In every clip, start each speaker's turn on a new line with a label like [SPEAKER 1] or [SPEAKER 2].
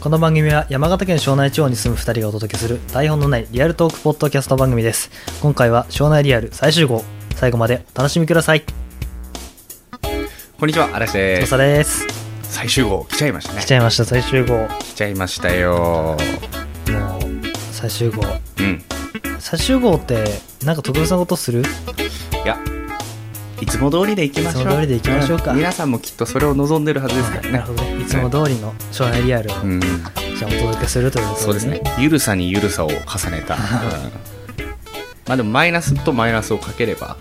[SPEAKER 1] この番組は山形県庄内地方に住む2人がお届けする台本のないリアルトークポッドキャスト番組です今回は庄内リアル最終号最後までお楽しみください
[SPEAKER 2] こんにちは、嵐
[SPEAKER 1] お
[SPEAKER 2] で
[SPEAKER 1] さ
[SPEAKER 2] す。
[SPEAKER 1] です
[SPEAKER 2] 最終号来ちゃいましたね
[SPEAKER 1] 来。ちゃいました最終号もう
[SPEAKER 2] 来ちゃいましたよ。
[SPEAKER 1] 最終号
[SPEAKER 2] うん。
[SPEAKER 1] 最終号ってなんか特別なことする
[SPEAKER 2] いや、いつも通りで行きましょう。
[SPEAKER 1] いつも通りで行きましょうか
[SPEAKER 2] ん皆さんもきっとそれを望んでるはずですから
[SPEAKER 1] なる
[SPEAKER 2] ね
[SPEAKER 1] ほ。どねいつも通りの庄内リアルを
[SPEAKER 2] うん。
[SPEAKER 1] じゃあお届けするということ
[SPEAKER 2] そうですね。ゆるさにゆるさを重ねた。うんまあでもマイナスとマイナスをかければ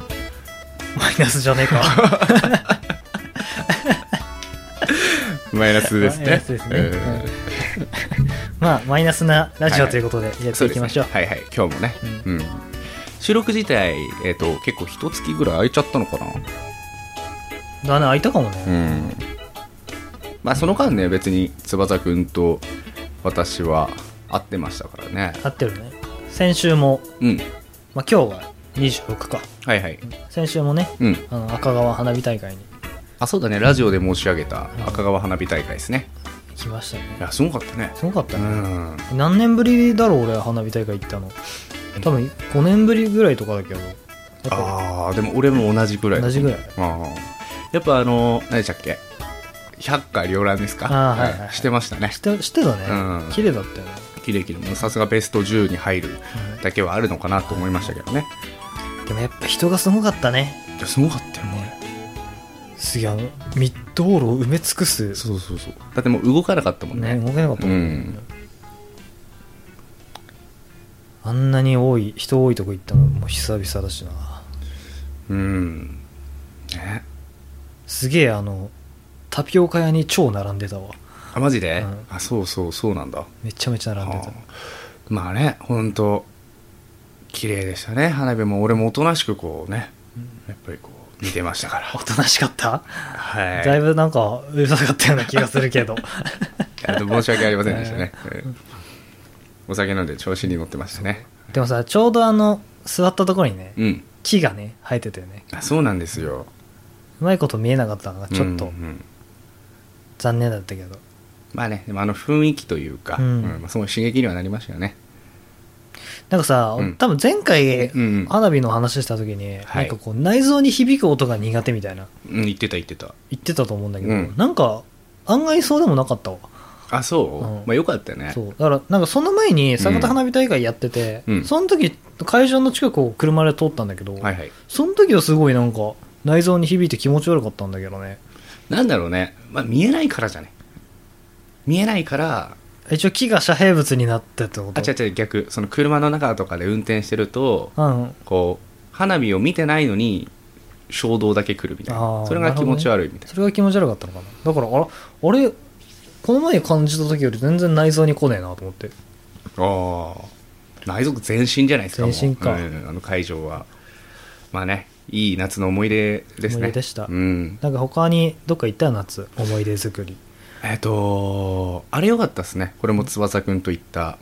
[SPEAKER 1] マイナスじゃねえか
[SPEAKER 2] マイナスですね。
[SPEAKER 1] マイナスですね
[SPEAKER 2] うん
[SPEAKER 1] まあマイナスなラジオということでやって
[SPEAKER 2] そう
[SPEAKER 1] いき
[SPEAKER 2] ですね
[SPEAKER 1] ましょう
[SPEAKER 2] はいはい、今日もね。うん。収録自体、えっ、と、結構一月ぐらい空いちゃったのかな。
[SPEAKER 1] だね開いたかもね
[SPEAKER 2] うんまあその間ね別に翼くんと私は会ってましたからね
[SPEAKER 1] 合ってるね先週も
[SPEAKER 2] うん
[SPEAKER 1] まあ、今日は26か
[SPEAKER 2] はいはい
[SPEAKER 1] 先週もね
[SPEAKER 2] うん
[SPEAKER 1] あの赤川花火大会に
[SPEAKER 2] あそうだねラジオで申し上げた赤川花火大会ですね
[SPEAKER 1] 来ました
[SPEAKER 2] い
[SPEAKER 1] ね
[SPEAKER 2] やすごかったね
[SPEAKER 1] すごかった
[SPEAKER 2] う
[SPEAKER 1] ね、
[SPEAKER 2] ん
[SPEAKER 1] 何年ぶりだろう俺花火大会行ったの多分5年ぶりぐらいとかだけどやっぱ
[SPEAKER 2] ああでも俺も同じぐらい
[SPEAKER 1] 同じぐらい
[SPEAKER 2] ああやっぱあの何でしたっけ百花繚乱ですか
[SPEAKER 1] あーはいはいはい
[SPEAKER 2] うんしてましたね
[SPEAKER 1] 知って知ってたね、
[SPEAKER 2] うん
[SPEAKER 1] 綺麗だったよね、
[SPEAKER 2] キレイキレイもうさすがベスト10に入るだけはあるのかなと思いましたけどね
[SPEAKER 1] でもやっぱ人がすごかったね
[SPEAKER 2] いやすごかったよね
[SPEAKER 1] すげえあのミッドホールを埋め尽くす
[SPEAKER 2] そうそうそうだってもう動かなかったもん
[SPEAKER 1] ね
[SPEAKER 2] ね
[SPEAKER 1] 動けなかったもん、
[SPEAKER 2] うん
[SPEAKER 1] あんなに多い人多いとこ行ったのも久々だしな
[SPEAKER 2] うんね
[SPEAKER 1] すげえあのタピオカ屋に超並んでたわ
[SPEAKER 2] あマジで、
[SPEAKER 1] うん
[SPEAKER 2] あそうそうそうなんだ、
[SPEAKER 1] めちゃめちゃ並んで
[SPEAKER 2] は
[SPEAKER 1] た
[SPEAKER 2] あまあね本当綺麗でしたね花火も俺もおとなしくこうねやっぱりこう見てましたか
[SPEAKER 1] おとなしかった、
[SPEAKER 2] らはい
[SPEAKER 1] だいぶなんかうるさかったような気がするけ ど
[SPEAKER 2] あと申し訳ありませんでし たね、うんお酒飲んで調子に乗ってましたね
[SPEAKER 1] でもさちょうどあの座ったところにね
[SPEAKER 2] うん
[SPEAKER 1] 木がね生えてたよね
[SPEAKER 2] あそうなんですよ
[SPEAKER 1] うまいこと見えなかったのがちょっ
[SPEAKER 2] う
[SPEAKER 1] と
[SPEAKER 2] んうん
[SPEAKER 1] 残念だったけど、
[SPEAKER 2] まあねでもあの雰囲気というか、
[SPEAKER 1] うん
[SPEAKER 2] うんまあ、その刺激にはなりましたよね
[SPEAKER 1] なんかさ、
[SPEAKER 2] うん
[SPEAKER 1] 多分前回
[SPEAKER 2] うんうん
[SPEAKER 1] 花火の話した時に、な
[SPEAKER 2] はい
[SPEAKER 1] んかこう内臓に響く音が苦手みたいな
[SPEAKER 2] うん言ってた言ってた
[SPEAKER 1] 言ってたと思うんだけど、
[SPEAKER 2] うん
[SPEAKER 1] なんか案外そうでもなかったわ、
[SPEAKER 2] あそう、
[SPEAKER 1] うん
[SPEAKER 2] まあよかったね
[SPEAKER 1] そうだからなんかその前に坂田花火大会やってて、
[SPEAKER 2] うん
[SPEAKER 1] その時会場の近くを車で通ったんだけど、
[SPEAKER 2] はいはい
[SPEAKER 1] その時はすごいなんか内臓に響いて気持ち悪かったんだけどね
[SPEAKER 2] なんだろうね、まあ、見えないからじゃね見えないから
[SPEAKER 1] 一応木が遮蔽物になってってこと
[SPEAKER 2] あ違う違う逆その車の中とかで運転してると
[SPEAKER 1] うん
[SPEAKER 2] こう花火を見てないのに衝動だけ来るみたい
[SPEAKER 1] あー
[SPEAKER 2] なそれが気持ち悪いみたいな
[SPEAKER 1] それが気持ち悪かったのかなだからあらあれこの前感じた時より全然内臓に来ねえなと思って
[SPEAKER 2] ああ内臓全身じゃないですかもう
[SPEAKER 1] 全身か
[SPEAKER 2] うんあの会場はまあねいい夏の思い出ですね
[SPEAKER 1] 思い出でした
[SPEAKER 2] うん、
[SPEAKER 1] なんか他にどっか行ったよ夏思い出作り
[SPEAKER 2] えっ、とあれよかったですねこれも翼くんと行った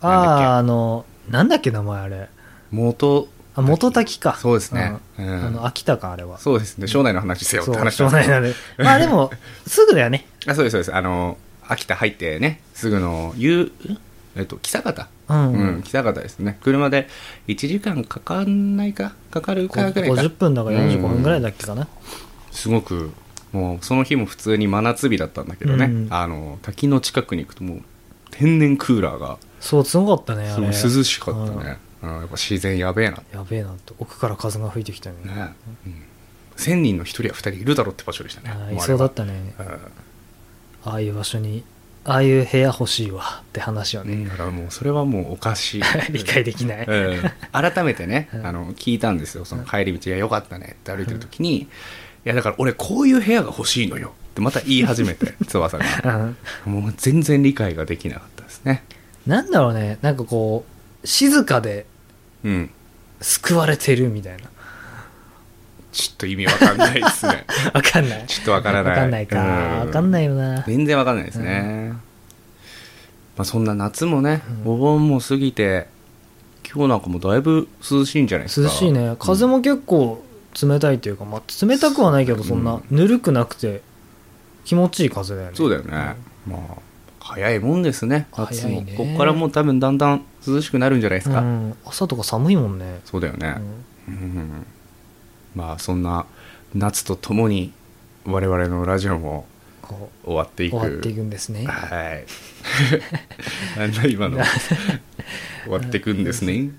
[SPEAKER 1] あ
[SPEAKER 2] なんだっけ
[SPEAKER 1] ああのなんだっけ名前あれ
[SPEAKER 2] 元
[SPEAKER 1] あ元滝か
[SPEAKER 2] そうですね、うん
[SPEAKER 1] うんあの秋田かあれは
[SPEAKER 2] そうですね庄内の話せよって
[SPEAKER 1] そう
[SPEAKER 2] 話
[SPEAKER 1] しょ
[SPEAKER 2] な
[SPEAKER 1] うん
[SPEAKER 2] で
[SPEAKER 1] が
[SPEAKER 2] すけど
[SPEAKER 1] ないなでまあでもすぐだよね
[SPEAKER 2] あそうですそうですあの秋田入ってねすぐのゆうえっと喜多方
[SPEAKER 1] うん、
[SPEAKER 2] うん喜多方ですね車で1時間かかんないかかかる
[SPEAKER 1] こ
[SPEAKER 2] かぐらいか
[SPEAKER 1] 50分だから45分ぐらいだっけかな、
[SPEAKER 2] すごくもうその日も普通に真夏日だったんだけどね、
[SPEAKER 1] うん
[SPEAKER 2] あの滝の近くに行くともう天然クーラーが
[SPEAKER 1] そうすごかったねあ
[SPEAKER 2] す
[SPEAKER 1] れ
[SPEAKER 2] ごい涼しかったね、うんやっぱ自然やべえなね、
[SPEAKER 1] やべえなと奥から風が吹いてきたね
[SPEAKER 2] うん、1000人の1人や2人いるだろうって場所でしたね
[SPEAKER 1] ああ
[SPEAKER 2] も
[SPEAKER 1] いう
[SPEAKER 2] あ
[SPEAKER 1] そ
[SPEAKER 2] れ
[SPEAKER 1] うだ
[SPEAKER 2] は
[SPEAKER 1] ったね
[SPEAKER 2] うん
[SPEAKER 1] ああいう場所にああいう部屋欲しいわって話をね、
[SPEAKER 2] だからもうそれはもうおかしい
[SPEAKER 1] 理解できない、
[SPEAKER 2] うん、改めてね、
[SPEAKER 1] うん
[SPEAKER 2] あの聞いたんですよその帰り道が良かったねって歩いてる時に、いやだから俺こういう部屋が欲しいのよってまた言い始めて翼が
[SPEAKER 1] うん、
[SPEAKER 2] もう全然理解ができなかったですね
[SPEAKER 1] なんだろうねなんかこう静かで
[SPEAKER 2] うん
[SPEAKER 1] 救われてるみたい な
[SPEAKER 2] ちょっと意味わかんないで すね
[SPEAKER 1] わかんない
[SPEAKER 2] ちょっとわからない
[SPEAKER 1] わかんないか
[SPEAKER 2] うん
[SPEAKER 1] わかんないよな、
[SPEAKER 2] 全然わかんないですね、まあ、そんな夏もねお盆も過ぎて今日なんかもだいぶ涼しいんじゃないですか
[SPEAKER 1] 涼しいね風も結構冷たいというか、まあ、冷たくはないけどそんな、ぬるくなくて気持ちいい風だよね
[SPEAKER 2] そうだよね、まあ早いもんですね夏
[SPEAKER 1] 早い
[SPEAKER 2] も
[SPEAKER 1] ね
[SPEAKER 2] ここからもう多分だんだん涼しくなるんじゃないですか、
[SPEAKER 1] うん、朝とか寒いもんね、
[SPEAKER 2] そうだよね
[SPEAKER 1] う、ん
[SPEAKER 2] うんまあそんな夏とともに我々のラジオも
[SPEAKER 1] こ
[SPEAKER 2] 終わって
[SPEAKER 1] う
[SPEAKER 2] いく
[SPEAKER 1] 終わっていくんですね
[SPEAKER 2] はいなんだ 今の終わっていくんですね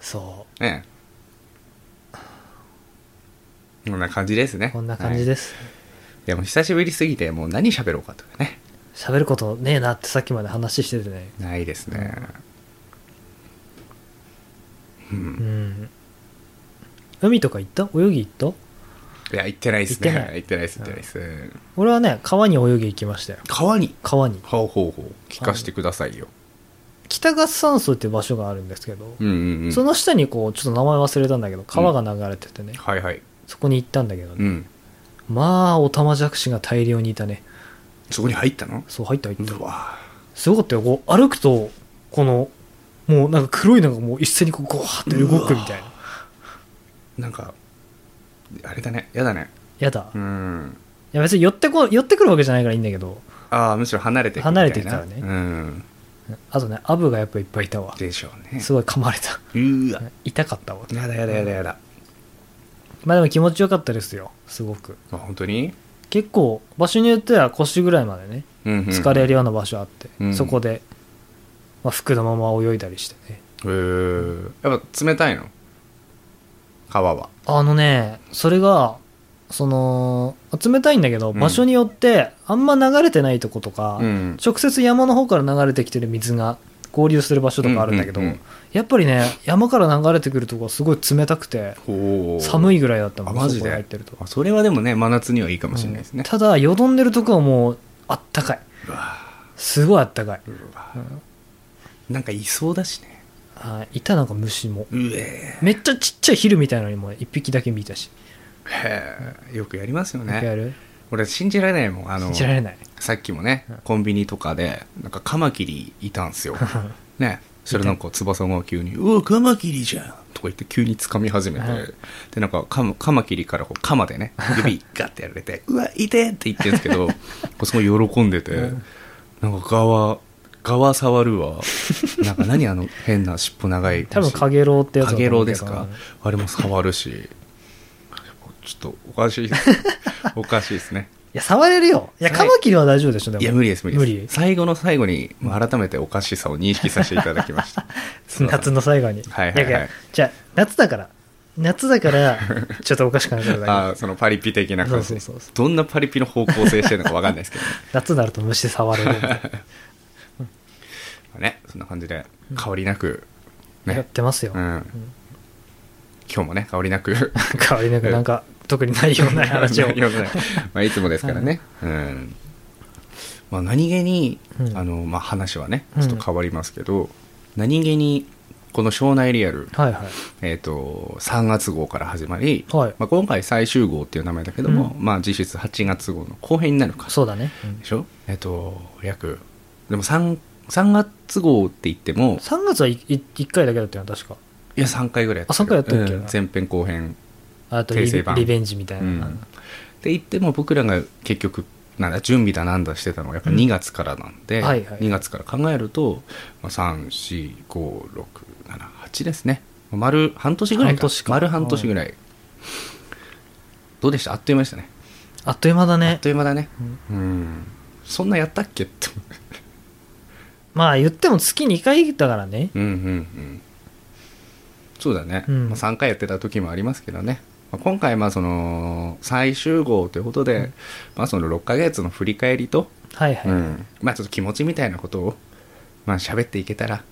[SPEAKER 1] そ
[SPEAKER 2] ねこんな感じですね
[SPEAKER 1] うこんな感じ
[SPEAKER 2] はい、
[SPEAKER 1] です
[SPEAKER 2] いやもう久しぶりすぎてもう何喋ろうかとかね
[SPEAKER 1] 喋、ることねえなってさっきまで話しててね
[SPEAKER 2] ないですねう
[SPEAKER 1] うんん海とか行った泳ぎ行った
[SPEAKER 2] いや行ってないですね
[SPEAKER 1] 行ってない
[SPEAKER 2] 行ってないです行ってないです
[SPEAKER 1] 俺はね川に泳ぎ行きましたよ
[SPEAKER 2] 川に
[SPEAKER 1] 川に
[SPEAKER 2] ほうほうほう聞かせてくださいよ
[SPEAKER 1] 北月山荘っていう場所があるんですけど、
[SPEAKER 2] うんうんうん
[SPEAKER 1] その下にこうちょっと名前忘れたんだけど川が流れててね、
[SPEAKER 2] はいはい
[SPEAKER 1] そこに行ったんだけど
[SPEAKER 2] う
[SPEAKER 1] ね、
[SPEAKER 2] ん
[SPEAKER 1] まあオタマジャクシが大量にいたね
[SPEAKER 2] そこに入ったの
[SPEAKER 1] そう入った入った、
[SPEAKER 2] うわ
[SPEAKER 1] すごかったよこう歩くとこのもうなんか黒いのがもう一斉にこうゴワーって動くみたいな
[SPEAKER 2] なんかあれだねやだね
[SPEAKER 1] やだ、
[SPEAKER 2] う
[SPEAKER 1] い
[SPEAKER 2] ん
[SPEAKER 1] や別に寄ってこ寄ってくるわけじゃないからいいんだけど
[SPEAKER 2] ああむしろ離れていくみ
[SPEAKER 1] 離
[SPEAKER 2] たいな
[SPEAKER 1] れていくからね
[SPEAKER 2] うん
[SPEAKER 1] あとねアブがやっぱいっぱいいたわ
[SPEAKER 2] でしょうね
[SPEAKER 1] すごい噛まれた
[SPEAKER 2] うーわ
[SPEAKER 1] 痛かったわ
[SPEAKER 2] やだやだやだやだ
[SPEAKER 1] まあでも気持ちよかったですよすごく
[SPEAKER 2] あ本当に
[SPEAKER 1] 結構場所によっては腰ぐらいまでね疲
[SPEAKER 2] 疲
[SPEAKER 1] れるような場所あって、
[SPEAKER 2] うん
[SPEAKER 1] そこで、まあ、服のまま泳いだりしてね
[SPEAKER 2] へーやっぱ冷たいの川は
[SPEAKER 1] あのねそれがその冷たいんだけど
[SPEAKER 2] うん
[SPEAKER 1] 場所によってあんま流れてないとことか、
[SPEAKER 2] うん
[SPEAKER 1] 直接山の方から流れてきてる水が合流する場所とかあるんだけど、
[SPEAKER 2] うんうんうん
[SPEAKER 1] やっぱりね山から流れてくるとこはすごい冷たくて
[SPEAKER 2] ほ
[SPEAKER 1] 寒
[SPEAKER 2] い
[SPEAKER 1] いぐらいだったも
[SPEAKER 2] あ
[SPEAKER 1] ん
[SPEAKER 2] マジ
[SPEAKER 1] そこに入っ
[SPEAKER 2] で
[SPEAKER 1] てると
[SPEAKER 2] あそれはでもね真夏にはいいかもしれないです
[SPEAKER 1] うん
[SPEAKER 2] ね
[SPEAKER 1] ただよどんでるとこはもうあったかいう
[SPEAKER 2] わ
[SPEAKER 1] すごいあったかい、
[SPEAKER 2] うわ
[SPEAKER 1] うん
[SPEAKER 2] なんかいそうだしね
[SPEAKER 1] あいたなんか虫も
[SPEAKER 2] うえ
[SPEAKER 1] めっちゃちっちゃいヒルみたいなのにも一匹だけ見たし、
[SPEAKER 2] へーよくやりますよ
[SPEAKER 1] 一回や
[SPEAKER 2] ね
[SPEAKER 1] る
[SPEAKER 2] 俺信じられないもんあの
[SPEAKER 1] 信じられ ない。
[SPEAKER 2] さっきもねコンビニとかでなんかカマキリいたんすよねそれなんか翼が急に「うわカマキリじゃん!」とか言って急に掴み始めて
[SPEAKER 1] うん
[SPEAKER 2] でなんかカマカマキリからこうカマでね指ガッてやられて「 うわ痛て!」って言ってるんですけど こうすごい喜んでてなんか側側触る わなんか何あの変な尻尾長い
[SPEAKER 1] 多分カゲロウってやつだ
[SPEAKER 2] か
[SPEAKER 1] と
[SPEAKER 2] げ
[SPEAKER 1] 思
[SPEAKER 2] ろ
[SPEAKER 1] う
[SPEAKER 2] う
[SPEAKER 1] け
[SPEAKER 2] で
[SPEAKER 1] ど
[SPEAKER 2] すかあれも触るしちょっとおかし いおかしいですね
[SPEAKER 1] いや、触れるよ。いや、
[SPEAKER 2] はい
[SPEAKER 1] カマキリは大丈夫でしょ、でも。
[SPEAKER 2] いや、無理です、無理です。
[SPEAKER 1] 無理
[SPEAKER 2] 最後の最後に、まあ改めておかしさを認識させていただきました。そう
[SPEAKER 1] 夏の最後に。
[SPEAKER 2] はいはいはい
[SPEAKER 1] ややじゃあ、夏だから。夏だ から、ちょっとおかしくなるから大
[SPEAKER 2] あ
[SPEAKER 1] 丈
[SPEAKER 2] ーそのパリピ的な感じで
[SPEAKER 1] そうそうそう
[SPEAKER 2] どんなパリピの方向性してるのかわかんないですけどね
[SPEAKER 1] 夫。夏になると虫触れるみたい
[SPEAKER 2] まあね。そんな感じで、香りなく、
[SPEAKER 1] な。やっ
[SPEAKER 2] ね。
[SPEAKER 1] てますよ
[SPEAKER 2] う。ん。今日もね、香りなく。
[SPEAKER 1] 代わりなく、なんか、特に内容ない話 を。
[SPEAKER 2] 内容のないまあ、いつもですからね。うん。まあ、何気に、
[SPEAKER 1] うん
[SPEAKER 2] あの、まあ、話はね、
[SPEAKER 1] うん
[SPEAKER 2] ちょっと変わりますけど、何気に、この庄内リアル、
[SPEAKER 1] はいはい。
[SPEAKER 2] えー、と3月号から始まり、
[SPEAKER 1] はい
[SPEAKER 2] まあ、今回最終号っていう名前だけども、まあ、実質8月号の後編になるか
[SPEAKER 1] そうだね。
[SPEAKER 2] でしょえっ、と約でも 3, 3月号って言っても
[SPEAKER 1] 3月はいい一回だけだったよな、確か。
[SPEAKER 2] いや3回ぐらいや
[SPEAKER 1] あ三回やったっけ
[SPEAKER 2] うん前編後編
[SPEAKER 1] あとリ
[SPEAKER 2] 訂正
[SPEAKER 1] ベ、
[SPEAKER 2] 版
[SPEAKER 1] リベンジみたいうな。
[SPEAKER 2] んって言っても僕らが結局なんだ準備だなんだしてたのはやっぱ2月からなんで、
[SPEAKER 1] うんはいはい
[SPEAKER 2] 2月から考えると、まあ、34567ですね丸半年ぐらいか
[SPEAKER 1] 半年か
[SPEAKER 2] 丸半年ぐらい、どうでしたあっという間でしたね
[SPEAKER 1] あっという間だ
[SPEAKER 2] あっ
[SPEAKER 1] ね。
[SPEAKER 2] という間だねうん、そんなやったっけって
[SPEAKER 1] まあ、言っても月2回だからね。
[SPEAKER 2] うんうんうんそうだね、
[SPEAKER 1] うん
[SPEAKER 2] まあ、3回やってた時もありますけどね、まあ、今回まあその最終号ということで、まあ、その6ヶ月の振り返りと
[SPEAKER 1] はいは
[SPEAKER 2] う
[SPEAKER 1] い。
[SPEAKER 2] ん、まあちょっと気持ちみたいなことをまあ喋っていけたら、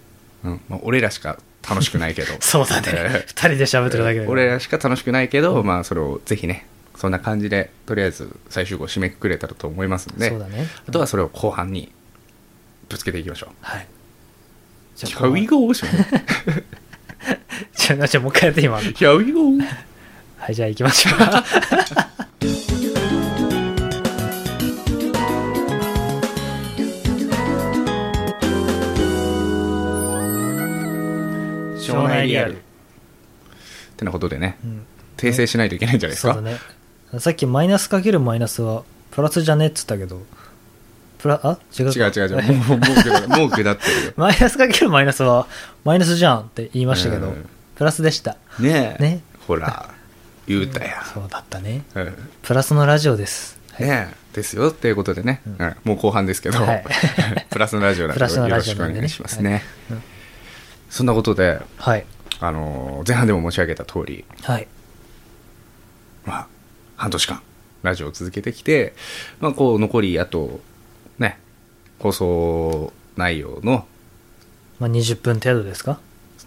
[SPEAKER 2] うんまあ、俺らしか楽しくないけど
[SPEAKER 1] そうだね。二人で喋ってるだけで。
[SPEAKER 2] 俺らしか楽しくないけど、まあそれをぜひねそんな感じでとりあえず最終号締めくくれたらと思いますので
[SPEAKER 1] そうだね。
[SPEAKER 2] あとはそれを後半にぶつけていきま しょう。
[SPEAKER 1] はい。じゃあ、
[SPEAKER 2] Here we go! じゃない
[SPEAKER 1] じゃあ、じゃあもう一回やって今の。
[SPEAKER 2] Here we go!
[SPEAKER 1] はい、じゃあ行きましょう。 庄内リアル
[SPEAKER 2] ってなことでね
[SPEAKER 1] うん
[SPEAKER 2] 訂正しないといけないんじゃないです
[SPEAKER 1] そう
[SPEAKER 2] か、
[SPEAKER 1] だね。さっきマイナスかけるマイナスはプラスじゃねっつったけど、プラ、あ違う。
[SPEAKER 2] 違う違う違う。もう、もう下ってる、もう下ってるよ。
[SPEAKER 1] マイナスかけるマイナスは、マイナスじゃんって言いましたけど、
[SPEAKER 2] うん
[SPEAKER 1] プラスでした。
[SPEAKER 2] ね え。
[SPEAKER 1] ね
[SPEAKER 2] ほら、言うたや。
[SPEAKER 1] そうだったね。
[SPEAKER 2] うん。
[SPEAKER 1] プラスのラジオです。
[SPEAKER 2] ねえ。ですよ。っていうことでね。うん。もう後半ですけど、
[SPEAKER 1] はい
[SPEAKER 2] プラスのラジオなん
[SPEAKER 1] プラス
[SPEAKER 2] で、
[SPEAKER 1] の
[SPEAKER 2] よ
[SPEAKER 1] ラ
[SPEAKER 2] ろ
[SPEAKER 1] ジオ
[SPEAKER 2] しく
[SPEAKER 1] な
[SPEAKER 2] お
[SPEAKER 1] んでね
[SPEAKER 2] 願いします
[SPEAKER 1] は
[SPEAKER 2] ね。そんなことで、
[SPEAKER 1] はい。
[SPEAKER 2] あのー前半でも申し上げた通り、
[SPEAKER 1] はい。
[SPEAKER 2] まあ、半年間、ラジオを続けてきて、まあ、こう、残り、あと、ね、放送内容の、
[SPEAKER 1] まあ、20分程度ですか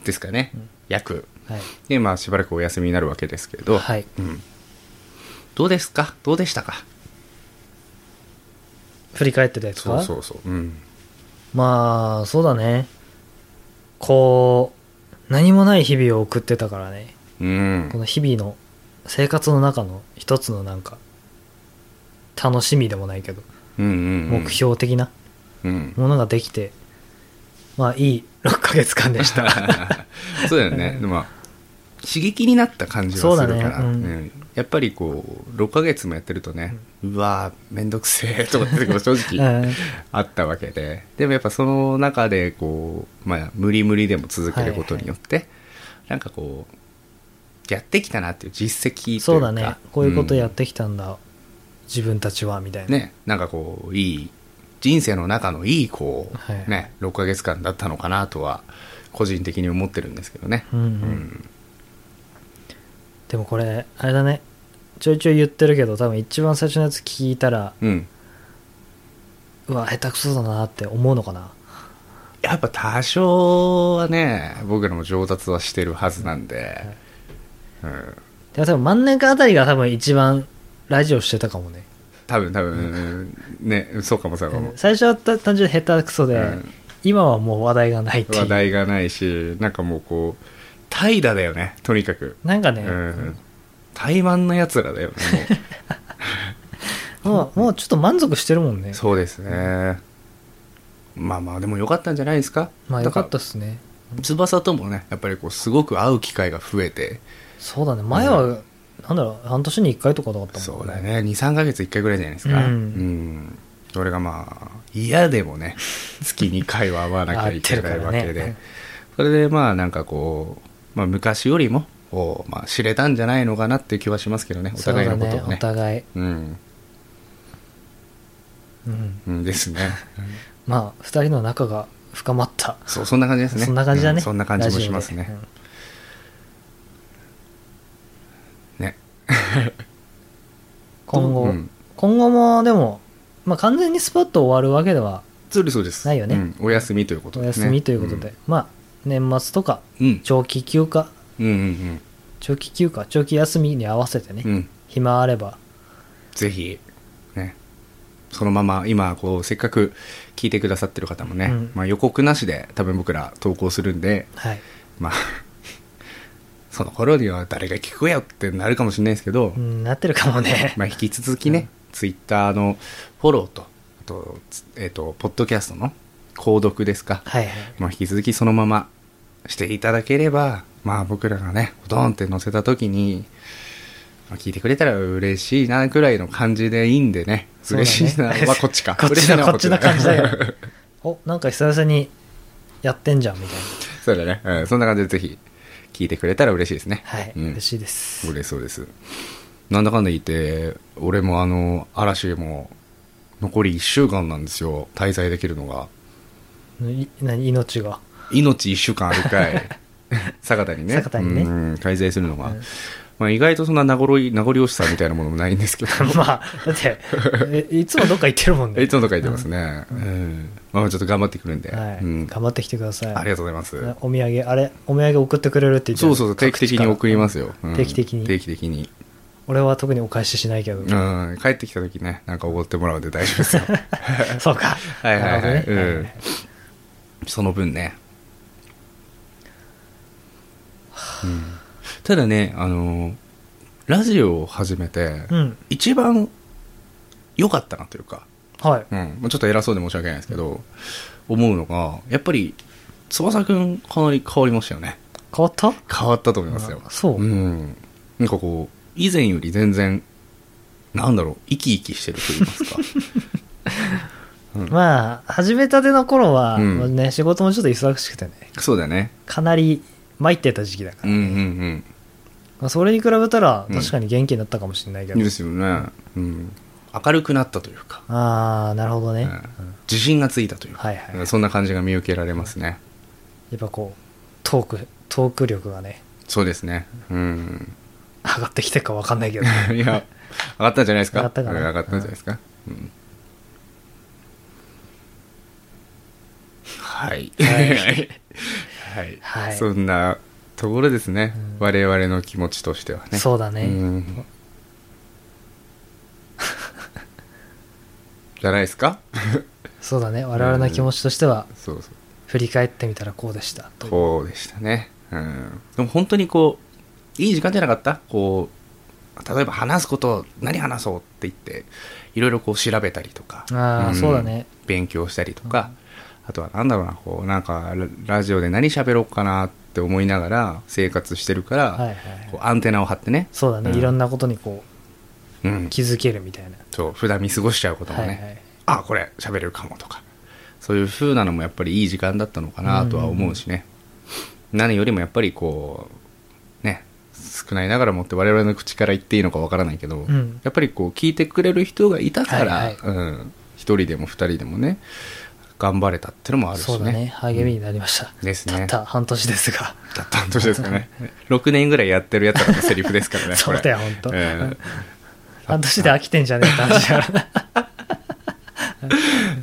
[SPEAKER 2] ですかね、約。
[SPEAKER 1] はい。
[SPEAKER 2] で、まあ、しばらくお休みになるわけですけど、
[SPEAKER 1] はい
[SPEAKER 2] うん。どうですかどうでしたか
[SPEAKER 1] 振り返ってたやつ
[SPEAKER 2] そ
[SPEAKER 1] か
[SPEAKER 2] うそうそう。うん。
[SPEAKER 1] まあ、そうだね。こう、何もない日々を送ってたからね。
[SPEAKER 2] うん
[SPEAKER 1] こ。の日々の生活の中の一つのなんか、楽しみでもないけど、
[SPEAKER 2] うんうんうん
[SPEAKER 1] 目標的な
[SPEAKER 2] うん。
[SPEAKER 1] ものができて、まあいい6ヶ月間で した。
[SPEAKER 2] そうだよね。まあ、刺激になった感じ
[SPEAKER 1] そ
[SPEAKER 2] は
[SPEAKER 1] うだ
[SPEAKER 2] する
[SPEAKER 1] ね
[SPEAKER 2] から。
[SPEAKER 1] うん
[SPEAKER 2] んやっぱりこう、6ヶ月もやってるとね、うわぁ、めんどくせえとかってことが正
[SPEAKER 1] う
[SPEAKER 2] 直
[SPEAKER 1] ん
[SPEAKER 2] あったわけで。でもやっぱその中でこう、まあ、無理無理でも続けることによって、なんかこう、やってきたなっていう実績というか。
[SPEAKER 1] そうだね。こういうことや
[SPEAKER 2] ん
[SPEAKER 1] ってきたんだ、自分たちは、みたいな。
[SPEAKER 2] ね、なんかこう、いい、人生の中のいい、こう、
[SPEAKER 1] はい
[SPEAKER 2] ね、6ヶ月間だったのかなとは、個人的に思ってるんですけどね。
[SPEAKER 1] うんうんでもこれ、あれだね。ちょいちょい言ってるけど、多分一番最初のやつ聞いたら、
[SPEAKER 2] うん。うん
[SPEAKER 1] うわ、下手くそだなって思うのかな。
[SPEAKER 2] やっぱ多少はね、僕らも上達はしてるはずなんで、うん。
[SPEAKER 1] でも多分真ん中あたりが多分一番ラジオしてたかもね。
[SPEAKER 2] 多分多分、ね、そうかもそうかも。
[SPEAKER 1] 最初はた単純に下手くそで、
[SPEAKER 2] うん
[SPEAKER 1] 今はもう話題がないっていう。
[SPEAKER 2] 話題がないし、なんかもうこう、怠惰だよね、とにかく。
[SPEAKER 1] なんか
[SPEAKER 2] う
[SPEAKER 1] ね、
[SPEAKER 2] ん。怠慢な奴らだ よね、も
[SPEAKER 1] もう、もうちょっと満足してるもんね
[SPEAKER 2] う。。そうですね。まあまあ、でも良かったんじゃないですか
[SPEAKER 1] まあよかっ
[SPEAKER 2] だら
[SPEAKER 1] たっすね。
[SPEAKER 2] 翼ともねやっぱりこうすごく会う機会が増えて
[SPEAKER 1] そうだね。前は、なんだろう、半年に1回とかだったも
[SPEAKER 2] そ
[SPEAKER 1] ん
[SPEAKER 2] うだ。ね23か月1回ぐらいじゃないですか
[SPEAKER 1] うん
[SPEAKER 2] んそれがまあ嫌 でもね月2回は会わなきゃいけないわ
[SPEAKER 1] 会って
[SPEAKER 2] け
[SPEAKER 1] る
[SPEAKER 2] で、
[SPEAKER 1] からね
[SPEAKER 2] それでまあなんかこう、まあ、昔よりもこう、まあ、知れたんじゃないのかなっていう気はしますけどねお
[SPEAKER 1] そう
[SPEAKER 2] 互い
[SPEAKER 1] だ
[SPEAKER 2] のことを
[SPEAKER 1] ね
[SPEAKER 2] ね。
[SPEAKER 1] お互い。
[SPEAKER 2] うん、
[SPEAKER 1] うん。
[SPEAKER 2] うんですね
[SPEAKER 1] まあ、二人の仲が深まった。
[SPEAKER 2] そうそんな感じですね
[SPEAKER 1] そんな感じだね。
[SPEAKER 2] うそんな感じもします
[SPEAKER 1] ラジオで
[SPEAKER 2] ね
[SPEAKER 1] うん
[SPEAKER 2] ね
[SPEAKER 1] 今後、
[SPEAKER 2] うん
[SPEAKER 1] 今後もでも、まあ完全にスパッと終わるわけでは、
[SPEAKER 2] そうですそうです
[SPEAKER 1] ないよね
[SPEAKER 2] うんお休みということ
[SPEAKER 1] お
[SPEAKER 2] ですね
[SPEAKER 1] 休みということで、まあ、年末とか、
[SPEAKER 2] うん、
[SPEAKER 1] 長期休暇、
[SPEAKER 2] うん、うんうん
[SPEAKER 1] 長期休暇、長期休みに合わせてね、
[SPEAKER 2] うんうん
[SPEAKER 1] 暇あれば、
[SPEAKER 2] ぜひ、ね、そのまま、今、こう、せっかく聞いてくださってる方もね、
[SPEAKER 1] うん
[SPEAKER 2] まあ、予告なしで多分僕ら投稿するんで、
[SPEAKER 1] はい。
[SPEAKER 2] まあ、 その頃には誰が聞くやってなるかもしれないですけど、
[SPEAKER 1] うん、なってるかもね。
[SPEAKER 2] まあ、引き続きね、ツイッターのフォローと、あと、つえっ、と、ポッドキャストの購読ですか、
[SPEAKER 1] はいはい。
[SPEAKER 2] まあ、引き続きそのまましていただければ、まあ、僕らがね、ドーンって載せた時に、まあ聞いてくれたら嬉しいな、くらいの感じでいいんでね。
[SPEAKER 1] そうだね
[SPEAKER 2] 嬉しいなはこっちか。
[SPEAKER 1] こっち
[SPEAKER 2] 嬉しい
[SPEAKER 1] だ、
[SPEAKER 2] な
[SPEAKER 1] こ
[SPEAKER 2] は
[SPEAKER 1] っちの感じだ
[SPEAKER 2] こっ
[SPEAKER 1] よ
[SPEAKER 2] ち。
[SPEAKER 1] お、なんか久々にやってんじゃん、みたいな。
[SPEAKER 2] だ そうだね。うん、そんな感じでぜひ、聞いてくれたら嬉しいですね。
[SPEAKER 1] はい、
[SPEAKER 2] うん、
[SPEAKER 1] 嬉しいです。
[SPEAKER 2] 嬉しそうです。なんだかんだ言って、俺もあの、嵐も、残り1週間なんですよ。滞在できるのが。
[SPEAKER 1] い何命が。
[SPEAKER 2] 命一週間あるかい坂田にね
[SPEAKER 1] 酒田にね
[SPEAKER 2] うん滞在するのが、まあ、意外とそんな名残名残惜しさみたいなものもないんですけど
[SPEAKER 1] まあ、だって、えいつもどっか行ってるもんね。
[SPEAKER 2] いつもとか言ってますね、うんまあ、ちょっと頑張ってくるんで、
[SPEAKER 1] はい、
[SPEAKER 2] うん、
[SPEAKER 1] 頑張ってきてください。
[SPEAKER 2] ありがとうございます
[SPEAKER 1] ねお土産、あれ、お土産送ってくれるって言ってた
[SPEAKER 2] そうそうそう定期的に送りますよ、うん
[SPEAKER 1] 定期的に
[SPEAKER 2] 定期的に、
[SPEAKER 1] 俺は特にお返ししないけど。
[SPEAKER 2] うん、帰ってきた時ねなんかおごってもらうんで大丈夫ですよ
[SPEAKER 1] そうか。
[SPEAKER 2] はいはいはい、
[SPEAKER 1] なるほどね
[SPEAKER 2] うんその分ね、うんただねあのラジオを始めて、
[SPEAKER 1] うん。
[SPEAKER 2] 一番良かったなというか、
[SPEAKER 1] はい。
[SPEAKER 2] うん、まあちょっと偉そうで申し訳ないですけど、思うのが、やっぱり、翼くんかなり変わりましたよね。
[SPEAKER 1] 変わった
[SPEAKER 2] 変わったと思いますよ
[SPEAKER 1] あ。そう
[SPEAKER 2] うん。なんかこう、以前より全然、なんだろう生き生きしてると言いますか
[SPEAKER 1] まあ、始めたての頃は、
[SPEAKER 2] うん
[SPEAKER 1] まあね、仕事もちょっと忙しくてね、
[SPEAKER 2] そうだね
[SPEAKER 1] かなり参ってた時期だか
[SPEAKER 2] う
[SPEAKER 1] ら、
[SPEAKER 2] んうん
[SPEAKER 1] まあ、それに比べたら、
[SPEAKER 2] うん
[SPEAKER 1] 確かに元気になったかもしれないけ
[SPEAKER 2] うん
[SPEAKER 1] ど。
[SPEAKER 2] ですよね、うん、明るくなったというか、
[SPEAKER 1] ああ、なるほどね。
[SPEAKER 2] うん自信がついたというか、
[SPEAKER 1] はいはい
[SPEAKER 2] そんな感じが見受けられますね、
[SPEAKER 1] やっぱこう、トーク、トーク力がね、
[SPEAKER 2] そうですねうん
[SPEAKER 1] 上がってきてるかわかん ないけど。
[SPEAKER 2] いや、上がったんじゃないですか。
[SPEAKER 1] 上がったかな
[SPEAKER 2] 上がったんじゃないですか。うんはい。 はい。
[SPEAKER 1] はい
[SPEAKER 2] そんなところですね。
[SPEAKER 1] うん
[SPEAKER 2] 我々の気持ちとしてはね。
[SPEAKER 1] そうだね。
[SPEAKER 2] うん じゃないで すか
[SPEAKER 1] そうだね。我々の気持ちとしては、
[SPEAKER 2] そうそう。
[SPEAKER 1] 振り返ってみたらこうでした。と
[SPEAKER 2] こうでしたね。うん。でも本当にこう、いい時間じゃなかったこう、例えば話すこと、何話そうって言って、いろいろこう調べたりとか。
[SPEAKER 1] ああ、
[SPEAKER 2] ん
[SPEAKER 1] そうだね。
[SPEAKER 2] 勉強したりとか、あとはなんだろうな、こう、なんか、ララジオで何喋ろうかなって思いながら生活してるから、
[SPEAKER 1] はいはい
[SPEAKER 2] こ。うアンテナを張ってね、
[SPEAKER 1] そうだね。
[SPEAKER 2] うん
[SPEAKER 1] いろんなことにこ
[SPEAKER 2] うん
[SPEAKER 1] う、、気づけるみたいな。
[SPEAKER 2] そう、普段見過ごしちゃうことも
[SPEAKER 1] は
[SPEAKER 2] ね、
[SPEAKER 1] いはい。
[SPEAKER 2] あ、これ喋れるかもとか、そういう風なのもやっぱりいい時間だったのかなとは思うしね、何よりもやっぱりこう、ね、少ないながらもって我々の口から言っていいのかわからないけど、
[SPEAKER 1] ん
[SPEAKER 2] やっぱりこう聞いてくれる人がいたから、
[SPEAKER 1] はいはい
[SPEAKER 2] うん、一人でも二人でもね、頑張れたってのもあるしね。
[SPEAKER 1] そうだね。励みになりました。
[SPEAKER 2] です
[SPEAKER 1] た
[SPEAKER 2] ね。
[SPEAKER 1] った半年ですが。
[SPEAKER 2] だったんですかね。6年ぐらいやってるやつらのセリフですからね、
[SPEAKER 1] そうだよほんと
[SPEAKER 2] これうん
[SPEAKER 1] 半年で飽きてんじゃねえって話だ から。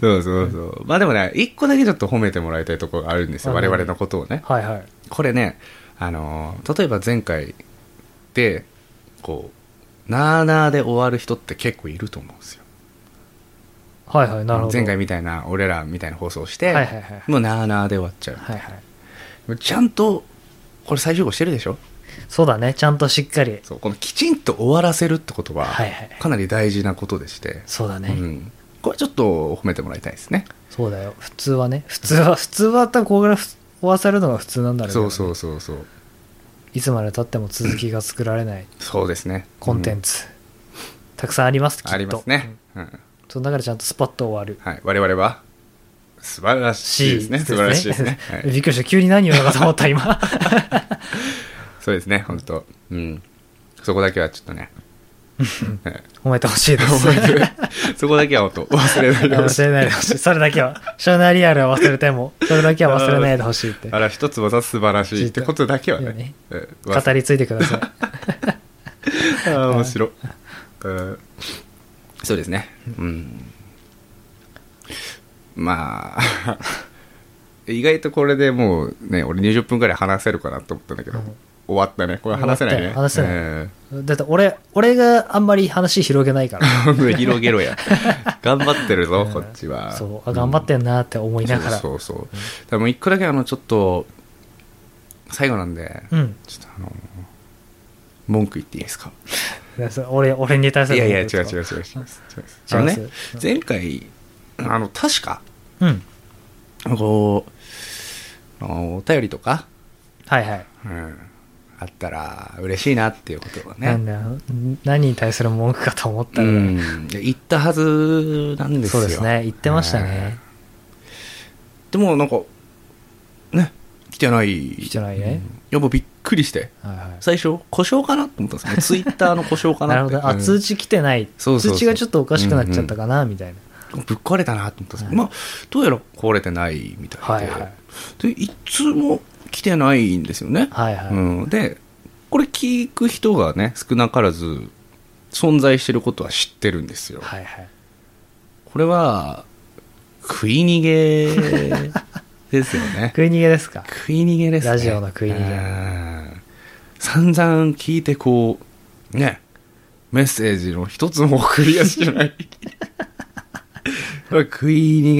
[SPEAKER 2] そうそうそう。まあでもね、一個だけちょっと褒めてもらいたいところがあるんですよ、
[SPEAKER 1] あ
[SPEAKER 2] 我
[SPEAKER 1] 何
[SPEAKER 2] 々のことをね。
[SPEAKER 1] はいはい。
[SPEAKER 2] これね、あのー例えば前回で、こう、なーなーで終わる人って結構いると思うんですよ。
[SPEAKER 1] はいはい、なるほど。
[SPEAKER 2] 前回みたいな、俺らみたいな放送をして、
[SPEAKER 1] はいはいはい
[SPEAKER 2] もうなーなーで終わっちゃう。
[SPEAKER 1] はいはい。
[SPEAKER 2] ちゃんと、これ最終号してるでしょ
[SPEAKER 1] そうだね。ちゃんとしっかり。
[SPEAKER 2] そうこのきちんと終わらせるってことは、
[SPEAKER 1] はいはい
[SPEAKER 2] かなり大事なことでして、
[SPEAKER 1] そうだね。
[SPEAKER 2] うん、これちょっと褒めてもらいたいですね。
[SPEAKER 1] そうだよ。普通はね。普通は、普通は多分ここから終わされるのが普通なんだろうけど
[SPEAKER 2] そ
[SPEAKER 1] ね
[SPEAKER 2] うそうそうそう。
[SPEAKER 1] いつまで経っても続きが作られない
[SPEAKER 2] そうですね。
[SPEAKER 1] コンテン
[SPEAKER 2] ツ、
[SPEAKER 1] ツ。たくさんあります、きっと。
[SPEAKER 2] ありますね、うん。
[SPEAKER 1] その中でちゃんとスパッと終わる。
[SPEAKER 2] はい。我々は、素晴らしいですね。素晴らしいですね。はい、
[SPEAKER 1] びっくりした。急に何を言うのかと思った、 今。
[SPEAKER 2] そうですね、本当うん。そこだけはちょっ とね。 はい
[SPEAKER 1] 褒めてほしいです。
[SPEAKER 2] 覚えてるそこだけは本当忘れないでほ し
[SPEAKER 1] 忘
[SPEAKER 2] い
[SPEAKER 1] れないでほしい。それだけは。ショナリアルは忘れても、それだけは忘れないでほしいって。
[SPEAKER 2] あら、一つ技素晴らしいってことだけはね。
[SPEAKER 1] いいね
[SPEAKER 2] うん
[SPEAKER 1] 語り継いでください。
[SPEAKER 2] ああ、面白い。うんそうですね。うん。まあ、 意外とこれでもうね、俺20分くらい話せるかなと思ったんだけど、
[SPEAKER 1] うん
[SPEAKER 2] 終わったね。これ話せないね。
[SPEAKER 1] 終わったよ話せない
[SPEAKER 2] うん
[SPEAKER 1] だって俺、俺があんまり話広げないから。
[SPEAKER 2] 広げろや。頑張ってるぞ、こっちは。
[SPEAKER 1] そう、あ、頑張ってんなって思いながら。
[SPEAKER 2] そうそうそう。でも一個だけあの、ちょっと、最後なんで、
[SPEAKER 1] うん。
[SPEAKER 2] ちょっとあの、文句言っていいですか
[SPEAKER 1] でそれ俺、俺に対する
[SPEAKER 2] いやいや、違う
[SPEAKER 1] 文句
[SPEAKER 2] 違う
[SPEAKER 1] です
[SPEAKER 2] 違う違
[SPEAKER 1] か
[SPEAKER 2] う。違うあのね
[SPEAKER 1] 違いま、
[SPEAKER 2] 前回、あの、確か、
[SPEAKER 1] うん。
[SPEAKER 2] こう、あのお便りとか、
[SPEAKER 1] はいはい。
[SPEAKER 2] うん、あったら嬉しいなっていうことを
[SPEAKER 1] な
[SPEAKER 2] ね
[SPEAKER 1] ん、だよん何に対する文句かと思った
[SPEAKER 2] う
[SPEAKER 1] ら、
[SPEAKER 2] ん、言ったはずなんです
[SPEAKER 1] そ
[SPEAKER 2] よ。
[SPEAKER 1] うですね。言ってましたね。
[SPEAKER 2] うん。でもなんか、ね、来てない。
[SPEAKER 1] 来てないね
[SPEAKER 2] うん。やっぱびっくりして。
[SPEAKER 1] はいはい
[SPEAKER 2] 最初、故障かなと思ったんですけど、ツイッターの故障 か
[SPEAKER 1] な
[SPEAKER 2] な
[SPEAKER 1] る
[SPEAKER 2] っ
[SPEAKER 1] ほ
[SPEAKER 2] て。
[SPEAKER 1] ど。あ、
[SPEAKER 2] うん
[SPEAKER 1] 通知来てない。
[SPEAKER 2] そうそうそう
[SPEAKER 1] 通知がちょっとおかしくなっちゃったかな、みたいな。
[SPEAKER 2] ぶっ壊れたなと思ったんですけど、まあ、どうやら壊れてないみたいで、
[SPEAKER 1] はいは
[SPEAKER 2] でいつも来てないんですよね、
[SPEAKER 1] はいはい
[SPEAKER 2] うん、でこれ聞く人がね少なからず存在してることは知ってるんですよ、
[SPEAKER 1] はいはい。
[SPEAKER 2] これは食い逃げですよ ね
[SPEAKER 1] 食い逃げですか。
[SPEAKER 2] 食い逃げですね
[SPEAKER 1] ラジオの食い逃げ
[SPEAKER 2] げ散々聞いてこうねメッセージの一つもクリアしてない これ食い逃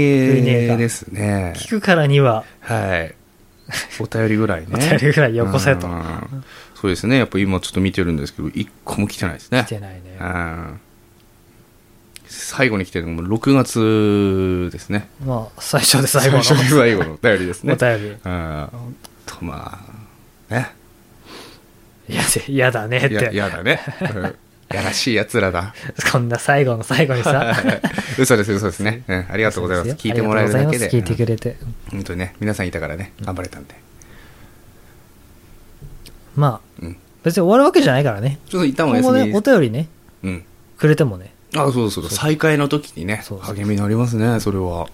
[SPEAKER 2] げですね
[SPEAKER 1] 聞くからには、
[SPEAKER 2] はいお便りぐらいね
[SPEAKER 1] お便りぐらいよこせと
[SPEAKER 2] うんそうですねやっぱ今ちょっと見てるんですけど一個も来てないですね
[SPEAKER 1] 来てないね
[SPEAKER 2] う。ん最後に来てるのも6月ですね
[SPEAKER 1] まあ、最初で最後の。
[SPEAKER 2] 最初で最後のお便りです ね
[SPEAKER 1] お便
[SPEAKER 2] うんとまあね
[SPEAKER 1] り。いや、で嫌だねっ
[SPEAKER 2] いや
[SPEAKER 1] て。
[SPEAKER 2] やだね、うんやらしいやつらだ。
[SPEAKER 1] こんな最後の最後に さ
[SPEAKER 2] 嘘です、嘘ですね、うんあり
[SPEAKER 1] あ
[SPEAKER 2] がとう ございます。聞いてもらえるだけで。
[SPEAKER 1] 聞いてくれて、
[SPEAKER 2] うん本当にね、皆さんいたからね、頑張れたんで。
[SPEAKER 1] まあ
[SPEAKER 2] うん。
[SPEAKER 1] 別に終わるわけじゃないからね
[SPEAKER 2] ちょっと一旦お
[SPEAKER 1] 今
[SPEAKER 2] 休
[SPEAKER 1] 後
[SPEAKER 2] み
[SPEAKER 1] ねお。便りね
[SPEAKER 2] うん。
[SPEAKER 1] くれてもね
[SPEAKER 2] あ、そうそうそう。再会の時にね
[SPEAKER 1] そう、そう
[SPEAKER 2] 励みになりますね、それは。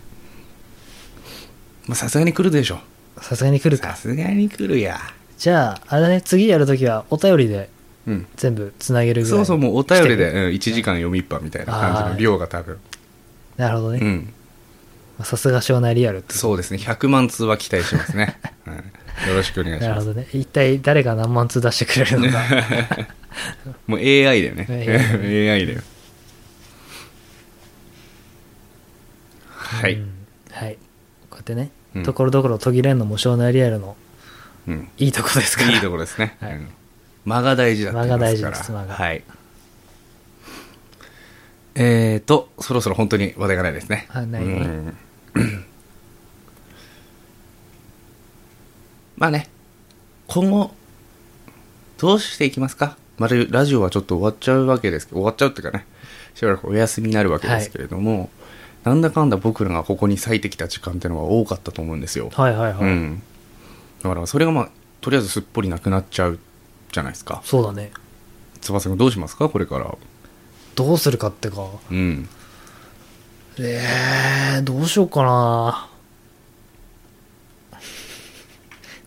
[SPEAKER 2] まあ、さすがに来るでしょ。
[SPEAKER 1] さすがに来る
[SPEAKER 2] さ
[SPEAKER 1] か
[SPEAKER 2] すがに来るや。
[SPEAKER 1] じゃああれだね次やるときはお便りで
[SPEAKER 2] うん。
[SPEAKER 1] 全部つなげるぐらい
[SPEAKER 2] そうそう、もうお便り
[SPEAKER 1] 来て
[SPEAKER 2] で、うん、1時間読みっぱみたいな感じの量が多分。
[SPEAKER 1] なるほど
[SPEAKER 2] う
[SPEAKER 1] ね
[SPEAKER 2] ん。
[SPEAKER 1] まあさすが庄内リアルって
[SPEAKER 2] そうですね、100万通は期待してま すね。うんよろしくお願いし
[SPEAKER 1] なる
[SPEAKER 2] ま
[SPEAKER 1] ほ
[SPEAKER 2] す。
[SPEAKER 1] どね一体誰が何万通出してくれるのか
[SPEAKER 2] もう AI だよね。AI だよ。 は
[SPEAKER 1] う
[SPEAKER 2] い。
[SPEAKER 1] んはいこうやってね
[SPEAKER 2] うん
[SPEAKER 1] ところどころ途切れんのも庄内リアルの
[SPEAKER 2] うん。
[SPEAKER 1] いいとこですから
[SPEAKER 2] いいところですね。
[SPEAKER 1] はい
[SPEAKER 2] うん間が大事だって言います
[SPEAKER 1] 間が
[SPEAKER 2] から
[SPEAKER 1] 大事です間が
[SPEAKER 2] はい。えーと、そろそろ本当に話題がないですね。
[SPEAKER 1] あないね
[SPEAKER 2] うん まあね、今後、どうしていきますかまるラジオはちょっと終わっちゃうわけですけど、終わっちゃうっていうかね、しばらくお休みになるわけですけれども、なんだかんだ僕らがここに割いてきた時間っていうのは多かったと思うんですよ。
[SPEAKER 1] はいはいは
[SPEAKER 2] う
[SPEAKER 1] い、
[SPEAKER 2] ん、だからそれがまあとりあえずすっぽりなくなっちゃうじゃないですか
[SPEAKER 1] そうだね
[SPEAKER 2] 翼君どうしますかこれから
[SPEAKER 1] どうするかってか
[SPEAKER 2] うん
[SPEAKER 1] えー、どうしようかな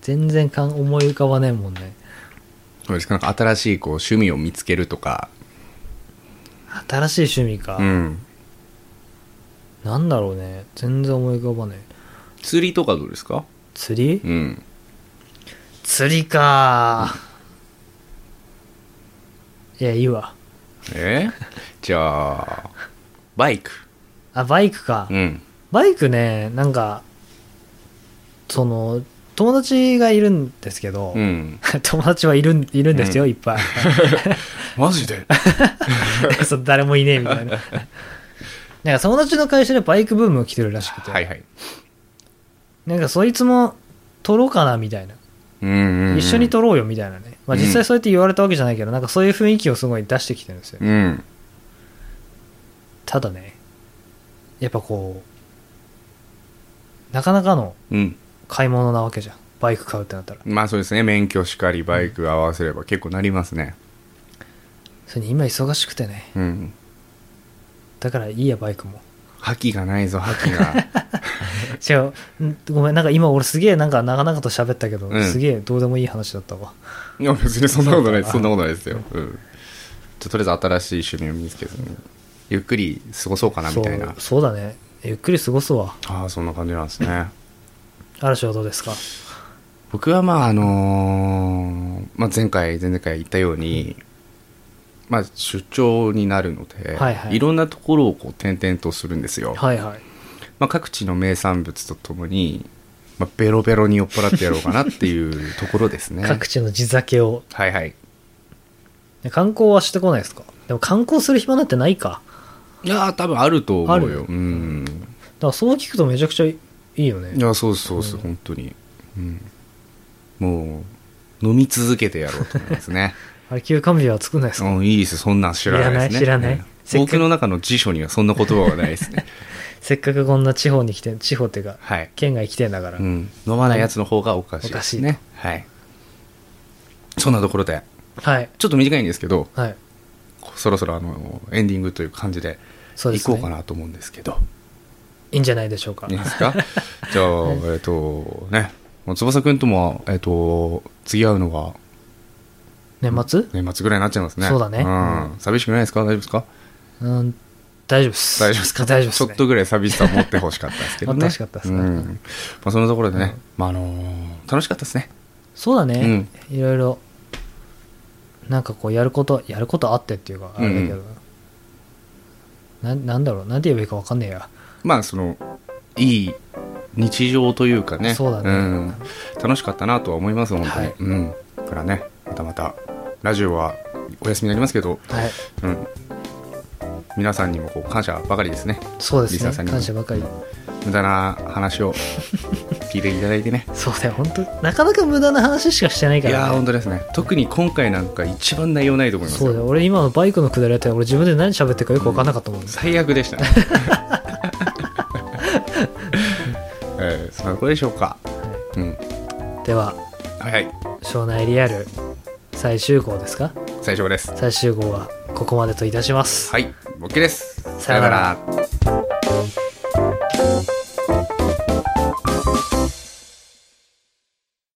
[SPEAKER 1] 全然かん思い浮かばねえもんね
[SPEAKER 2] そうですかなんか新しいこう趣味を見つけるとか
[SPEAKER 1] 新しい趣味か、
[SPEAKER 2] うん
[SPEAKER 1] なんだろうね全然思い浮かばねえ
[SPEAKER 2] 釣りとかどうですか
[SPEAKER 1] 釣り、
[SPEAKER 2] うん
[SPEAKER 1] 釣りかいやいいわ
[SPEAKER 2] えじゃあバイク
[SPEAKER 1] あバイクか、
[SPEAKER 2] うん
[SPEAKER 1] バイクねなんかその友達がいるんですけど、
[SPEAKER 2] うん
[SPEAKER 1] 友達はいるんいるんですよ、
[SPEAKER 2] うん
[SPEAKER 1] いっぱい
[SPEAKER 2] マジで
[SPEAKER 1] そう誰もいねえみたい な。なんか友達の会社でバイクブームが来てるらしくて、
[SPEAKER 2] はいはい
[SPEAKER 1] なんかそいつも撮ろうかなみたいな、
[SPEAKER 2] うんうんうん
[SPEAKER 1] 一緒に撮ろうよみたいなね、まあ、
[SPEAKER 2] うん
[SPEAKER 1] 実際そうやって言われたわけじゃないけど、なんかそういう雰囲気をすごい出してきてるんですよ。
[SPEAKER 2] うん
[SPEAKER 1] ただね、やっぱこう、なかなかの
[SPEAKER 2] うん
[SPEAKER 1] 買い物なわけじゃん、バイク買うってなったら。
[SPEAKER 2] まあそうですね免許しかりバイク合わせれば結構なりますね
[SPEAKER 1] それに今忙しくてね、
[SPEAKER 2] うん
[SPEAKER 1] だからいいや、バイクも。
[SPEAKER 2] 覇気がないぞ覇気が
[SPEAKER 1] 違う、んごめん、なんか今俺すげえなんか長々と喋ったけど、
[SPEAKER 2] うん
[SPEAKER 1] すげえどうでもいい話だったわ。
[SPEAKER 2] いや別にそんなことないで
[SPEAKER 1] そ
[SPEAKER 2] すそ
[SPEAKER 1] うんだ
[SPEAKER 2] なことないですよ、うん、じゃあとりあえず新しい趣味を見つけてゆっくり過ごそうかなみたいな
[SPEAKER 1] そうそうだねゆっくり過ごすわ
[SPEAKER 2] ああそんな感じなんですね
[SPEAKER 1] 嵐はどうですか
[SPEAKER 2] 僕はまああのーまあ、前回前々回言ったように、まあ、出張になるので、
[SPEAKER 1] はいはい
[SPEAKER 2] ろんなところをこう転々とするんですよ、
[SPEAKER 1] はいはい
[SPEAKER 2] まあ、各地の名産物とともに、まあ、ベロベロに酔っ払ってやろうかなっていうところです ね
[SPEAKER 1] 各地の地酒を
[SPEAKER 2] はいはい
[SPEAKER 1] ね観光はしてこないですかでも観光する暇なんてないか
[SPEAKER 2] いやー多分あると思う
[SPEAKER 1] あ
[SPEAKER 2] よ
[SPEAKER 1] る
[SPEAKER 2] うん
[SPEAKER 1] だからそう聞くとめちゃくちゃいいよ
[SPEAKER 2] い
[SPEAKER 1] ね
[SPEAKER 2] やそうそうそう、本当に、うん、もう飲み続けてやろうと思います ね
[SPEAKER 1] あれ休館日は作んないですか
[SPEAKER 2] うんいいですそんなん知らないですね
[SPEAKER 1] 知らない知らない
[SPEAKER 2] うん
[SPEAKER 1] せっかく
[SPEAKER 2] 僕の中の辞書にはそんな言葉はないですね
[SPEAKER 1] せっかくこんな地方に来て地方っていうか
[SPEAKER 2] はい、
[SPEAKER 1] 県外来てんだから、
[SPEAKER 2] うん、飲まないやつの方がおかしいですねはいそんなところで
[SPEAKER 1] はい
[SPEAKER 2] ちょっと短いんですけど
[SPEAKER 1] はい
[SPEAKER 2] そろそろあのエンディングという感じで
[SPEAKER 1] そうで
[SPEAKER 2] 行
[SPEAKER 1] すね
[SPEAKER 2] こうかなと思うんですけど
[SPEAKER 1] いいんじゃないでしょうか
[SPEAKER 2] いいですかじ ゃあえっ、とねもう翼くんとも、えっと次会うのが
[SPEAKER 1] 年末
[SPEAKER 2] 年末ぐらいになっちゃいますね
[SPEAKER 1] そうだね
[SPEAKER 2] ん、寂しくないですか大丈夫ですか
[SPEAKER 1] うん大丈夫っす
[SPEAKER 2] 大丈夫 ですか
[SPEAKER 1] 大丈夫っす、ね、
[SPEAKER 2] ちょっとぐらい寂しさを持ってほしかったですけ どね
[SPEAKER 1] 楽しかったですね
[SPEAKER 2] うんまあ、そのところでね、まああのー楽しかったですね
[SPEAKER 1] そうだね、いろいろなんかこうやることやることあってっていうかあれだけど、なん、なんだろうなんて言えばいいか分かんねえや
[SPEAKER 2] まあそのいい日常というかね
[SPEAKER 1] そうだね
[SPEAKER 2] ん、楽しかったなとは思います本当に、
[SPEAKER 1] はい
[SPEAKER 2] うんだからねまたまたラジオはお休みになりますけど、
[SPEAKER 1] はい
[SPEAKER 2] うん、皆さんにもこう感謝ばかりですね
[SPEAKER 1] そうで
[SPEAKER 2] リ
[SPEAKER 1] す
[SPEAKER 2] スナーさん
[SPEAKER 1] ね
[SPEAKER 2] にも
[SPEAKER 1] 感謝ばかり
[SPEAKER 2] 無駄な話を聞いていただいてね
[SPEAKER 1] そうだよ本当なかなか無駄な話しかしてない
[SPEAKER 2] い
[SPEAKER 1] から、ね、
[SPEAKER 2] やー本当ですね特に今回なんか一番内容ないと思います
[SPEAKER 1] そうだ
[SPEAKER 2] よ
[SPEAKER 1] よ俺今のバイクのくだりやったら俺自分で何喋ってるかよく分かんなかったもんね、
[SPEAKER 2] 最悪でしたね、 えー、そんなとこでしょうかうん
[SPEAKER 1] では
[SPEAKER 2] はいはい
[SPEAKER 1] 庄内リアル最終号ですか
[SPEAKER 2] 最初です
[SPEAKER 1] 最終号はここまでといたします
[SPEAKER 2] はい OK です
[SPEAKER 1] さよなら
[SPEAKER 2] よなら